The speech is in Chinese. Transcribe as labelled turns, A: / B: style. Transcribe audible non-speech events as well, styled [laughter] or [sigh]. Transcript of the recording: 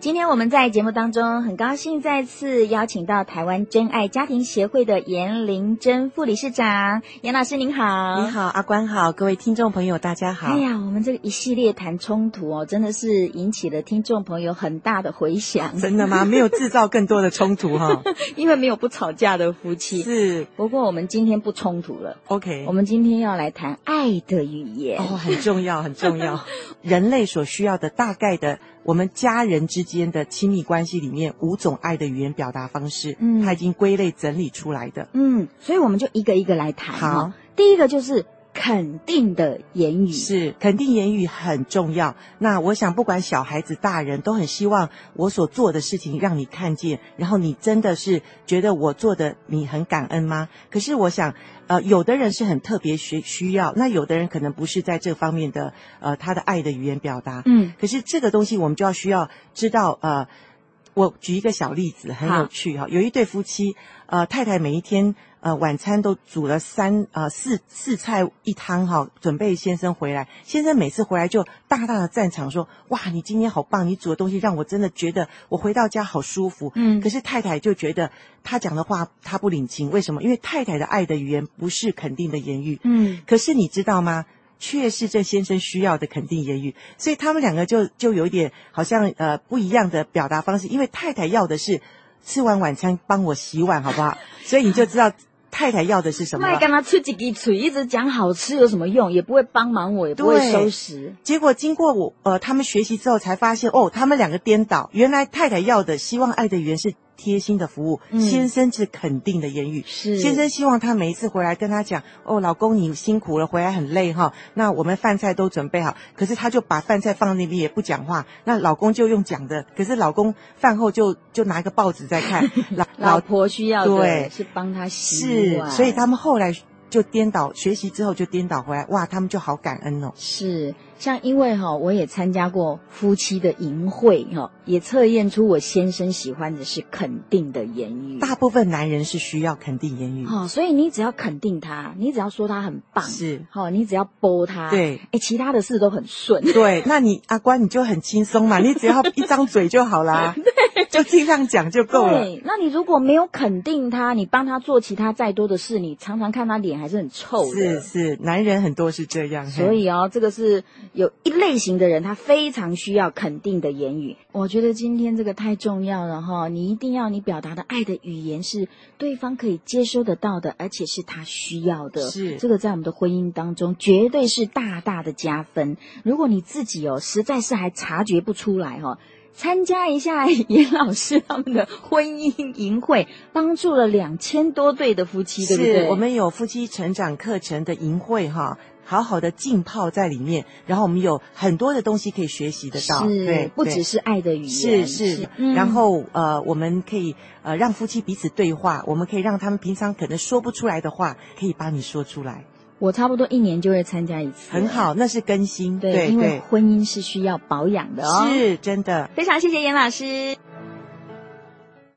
A: 今天我们在节目当中，很高兴再次邀请到台湾真爱家庭协会的严玲珍副理事长，严老师您好。
B: 你好，阿关好，各位听众朋友，大家好。
A: 哎呀，我们这一系列谈冲突哦，真的是引起了听众朋友很大的回响，
B: 真的吗？没有制造更多的冲突
A: [laughs]
B: 哈。
A: 因为没有不吵架的夫妻。
B: 是
A: 不过我们今天不冲突了，
B: OK，
A: 我们今天要来谈爱的语言。
B: 哦，很重要，很重要。人类所需要的大概的，我们家人之间的亲密关系里面五种爱的语言表达方式，
A: 嗯
B: 它已经归类整理出来的。
A: 嗯，所以我们就一个一个来谈
B: 好
A: 哦。第一个就是肯定的言语。
B: 是，肯定言语很重要。那我想，不管小孩子、大人都很希望我所做的事情让你看见，然后你真的是觉得我做的你很感恩吗？可是我想，呃，有的人是很特别需需要，那有的人可能不是在这方面的，呃，他的爱的语言表达。
A: 嗯
B: 可是这个东西我们就要需要知道，呃，我举一个小例子，很有趣哈、有一对夫妻，呃，太太每一天呃晚餐都煮了三呃四四菜一汤哈、准备先生回来。先生每次回来就大大的赞赏说：“哇，你今天好棒，你煮的东西让我真的觉得我回到家好舒服。”
A: 嗯
B: 可是太太就觉得他讲的话他不领情，为什么？因为太太的爱的语言不是肯定的言语，
A: 嗯，
B: 可是你知道吗？却是这先生需要的肯定言语，所以他们两个就就有一点好像呃不一样的表达方式，因为太太要的是吃完晚餐帮我洗碗，好不好？所以你就知道太太要的是什么
A: 麦
B: 了。
A: 跟他吃几滴嘴，一直讲好吃有什么用？也不会帮忙我，也不会
B: 对
A: 收拾。
B: 结果经过我呃他们学习之后，才发现哦，他们两个颠倒，原来太太要的希望爱的语言是贴心的服务，
A: 嗯
B: 先生是肯定的言语。
A: 是
B: 先生希望他每一次回来跟他讲：“哦，老公，你辛苦了，回来很累哈。那我们饭菜都准备好，可是他就把饭菜放那边也不讲话。那老公就用讲的，可是老公饭后就就拿一个报纸在
A: [laughs]
B: 看，老
A: 老婆需要
B: 对
A: 的是帮他洗
B: 是
A: 碗，，
B: 所以他们后来就颠倒，学习之后就颠倒回来，哇，他们就好感恩哦。
A: 是像因为哈、我也参加过夫妻的营会哈、也测验出我先生喜欢的是肯定的言语。
B: 大部分男人是需要肯定言语，
A: 嗯哦，所以你只要肯定他，你只要说他很棒，
B: 是
A: 好、你只要播他，
B: 对。
A: 哎，其他的事都很顺。
B: 对，那你阿关你就很轻松嘛，你只要一张嘴就好
A: [laughs]
B: 啦，就尽量讲就够了。
A: 对，那你如果没有肯定他，你帮他做其他再多的事，你常常看他脸还是很臭的。
B: 是是，男人很多是这样，嘿
A: 所以哦，这个是有一类型的人，他非常需要肯定的言语。我觉得今天这个太重要了哈、你一定要你表达的爱的语言是对方可以接收得到的，而且是他需要的。
B: 是
A: 这个在我们的婚姻当中绝对是大大的加分。如果你自己哦，实在是还察觉不出来哈、参加一下严老师他们的婚姻营会，帮助了两千多对的夫妻，对不对？
B: 是我们有夫妻成长课程的营会哈，好好的浸泡在里面，然后我们有很多的东西可以学习得到，
A: 是
B: 对，
A: 不
B: 对
A: 只是爱的语
B: 是
A: 言，
B: 是，
A: 嗯
B: 然后呃，我们可以呃让夫妻彼此对话，我们可以让他们平常可能说不出来的话，可以帮你说出来，
A: 我差不多一年就会参加一次，
B: 很。好，那是更新，
A: 对，
B: 对
A: 因为
B: 对，
A: 婚姻是需要保养的哦。，
B: 是真的。
A: 非常谢谢严老师。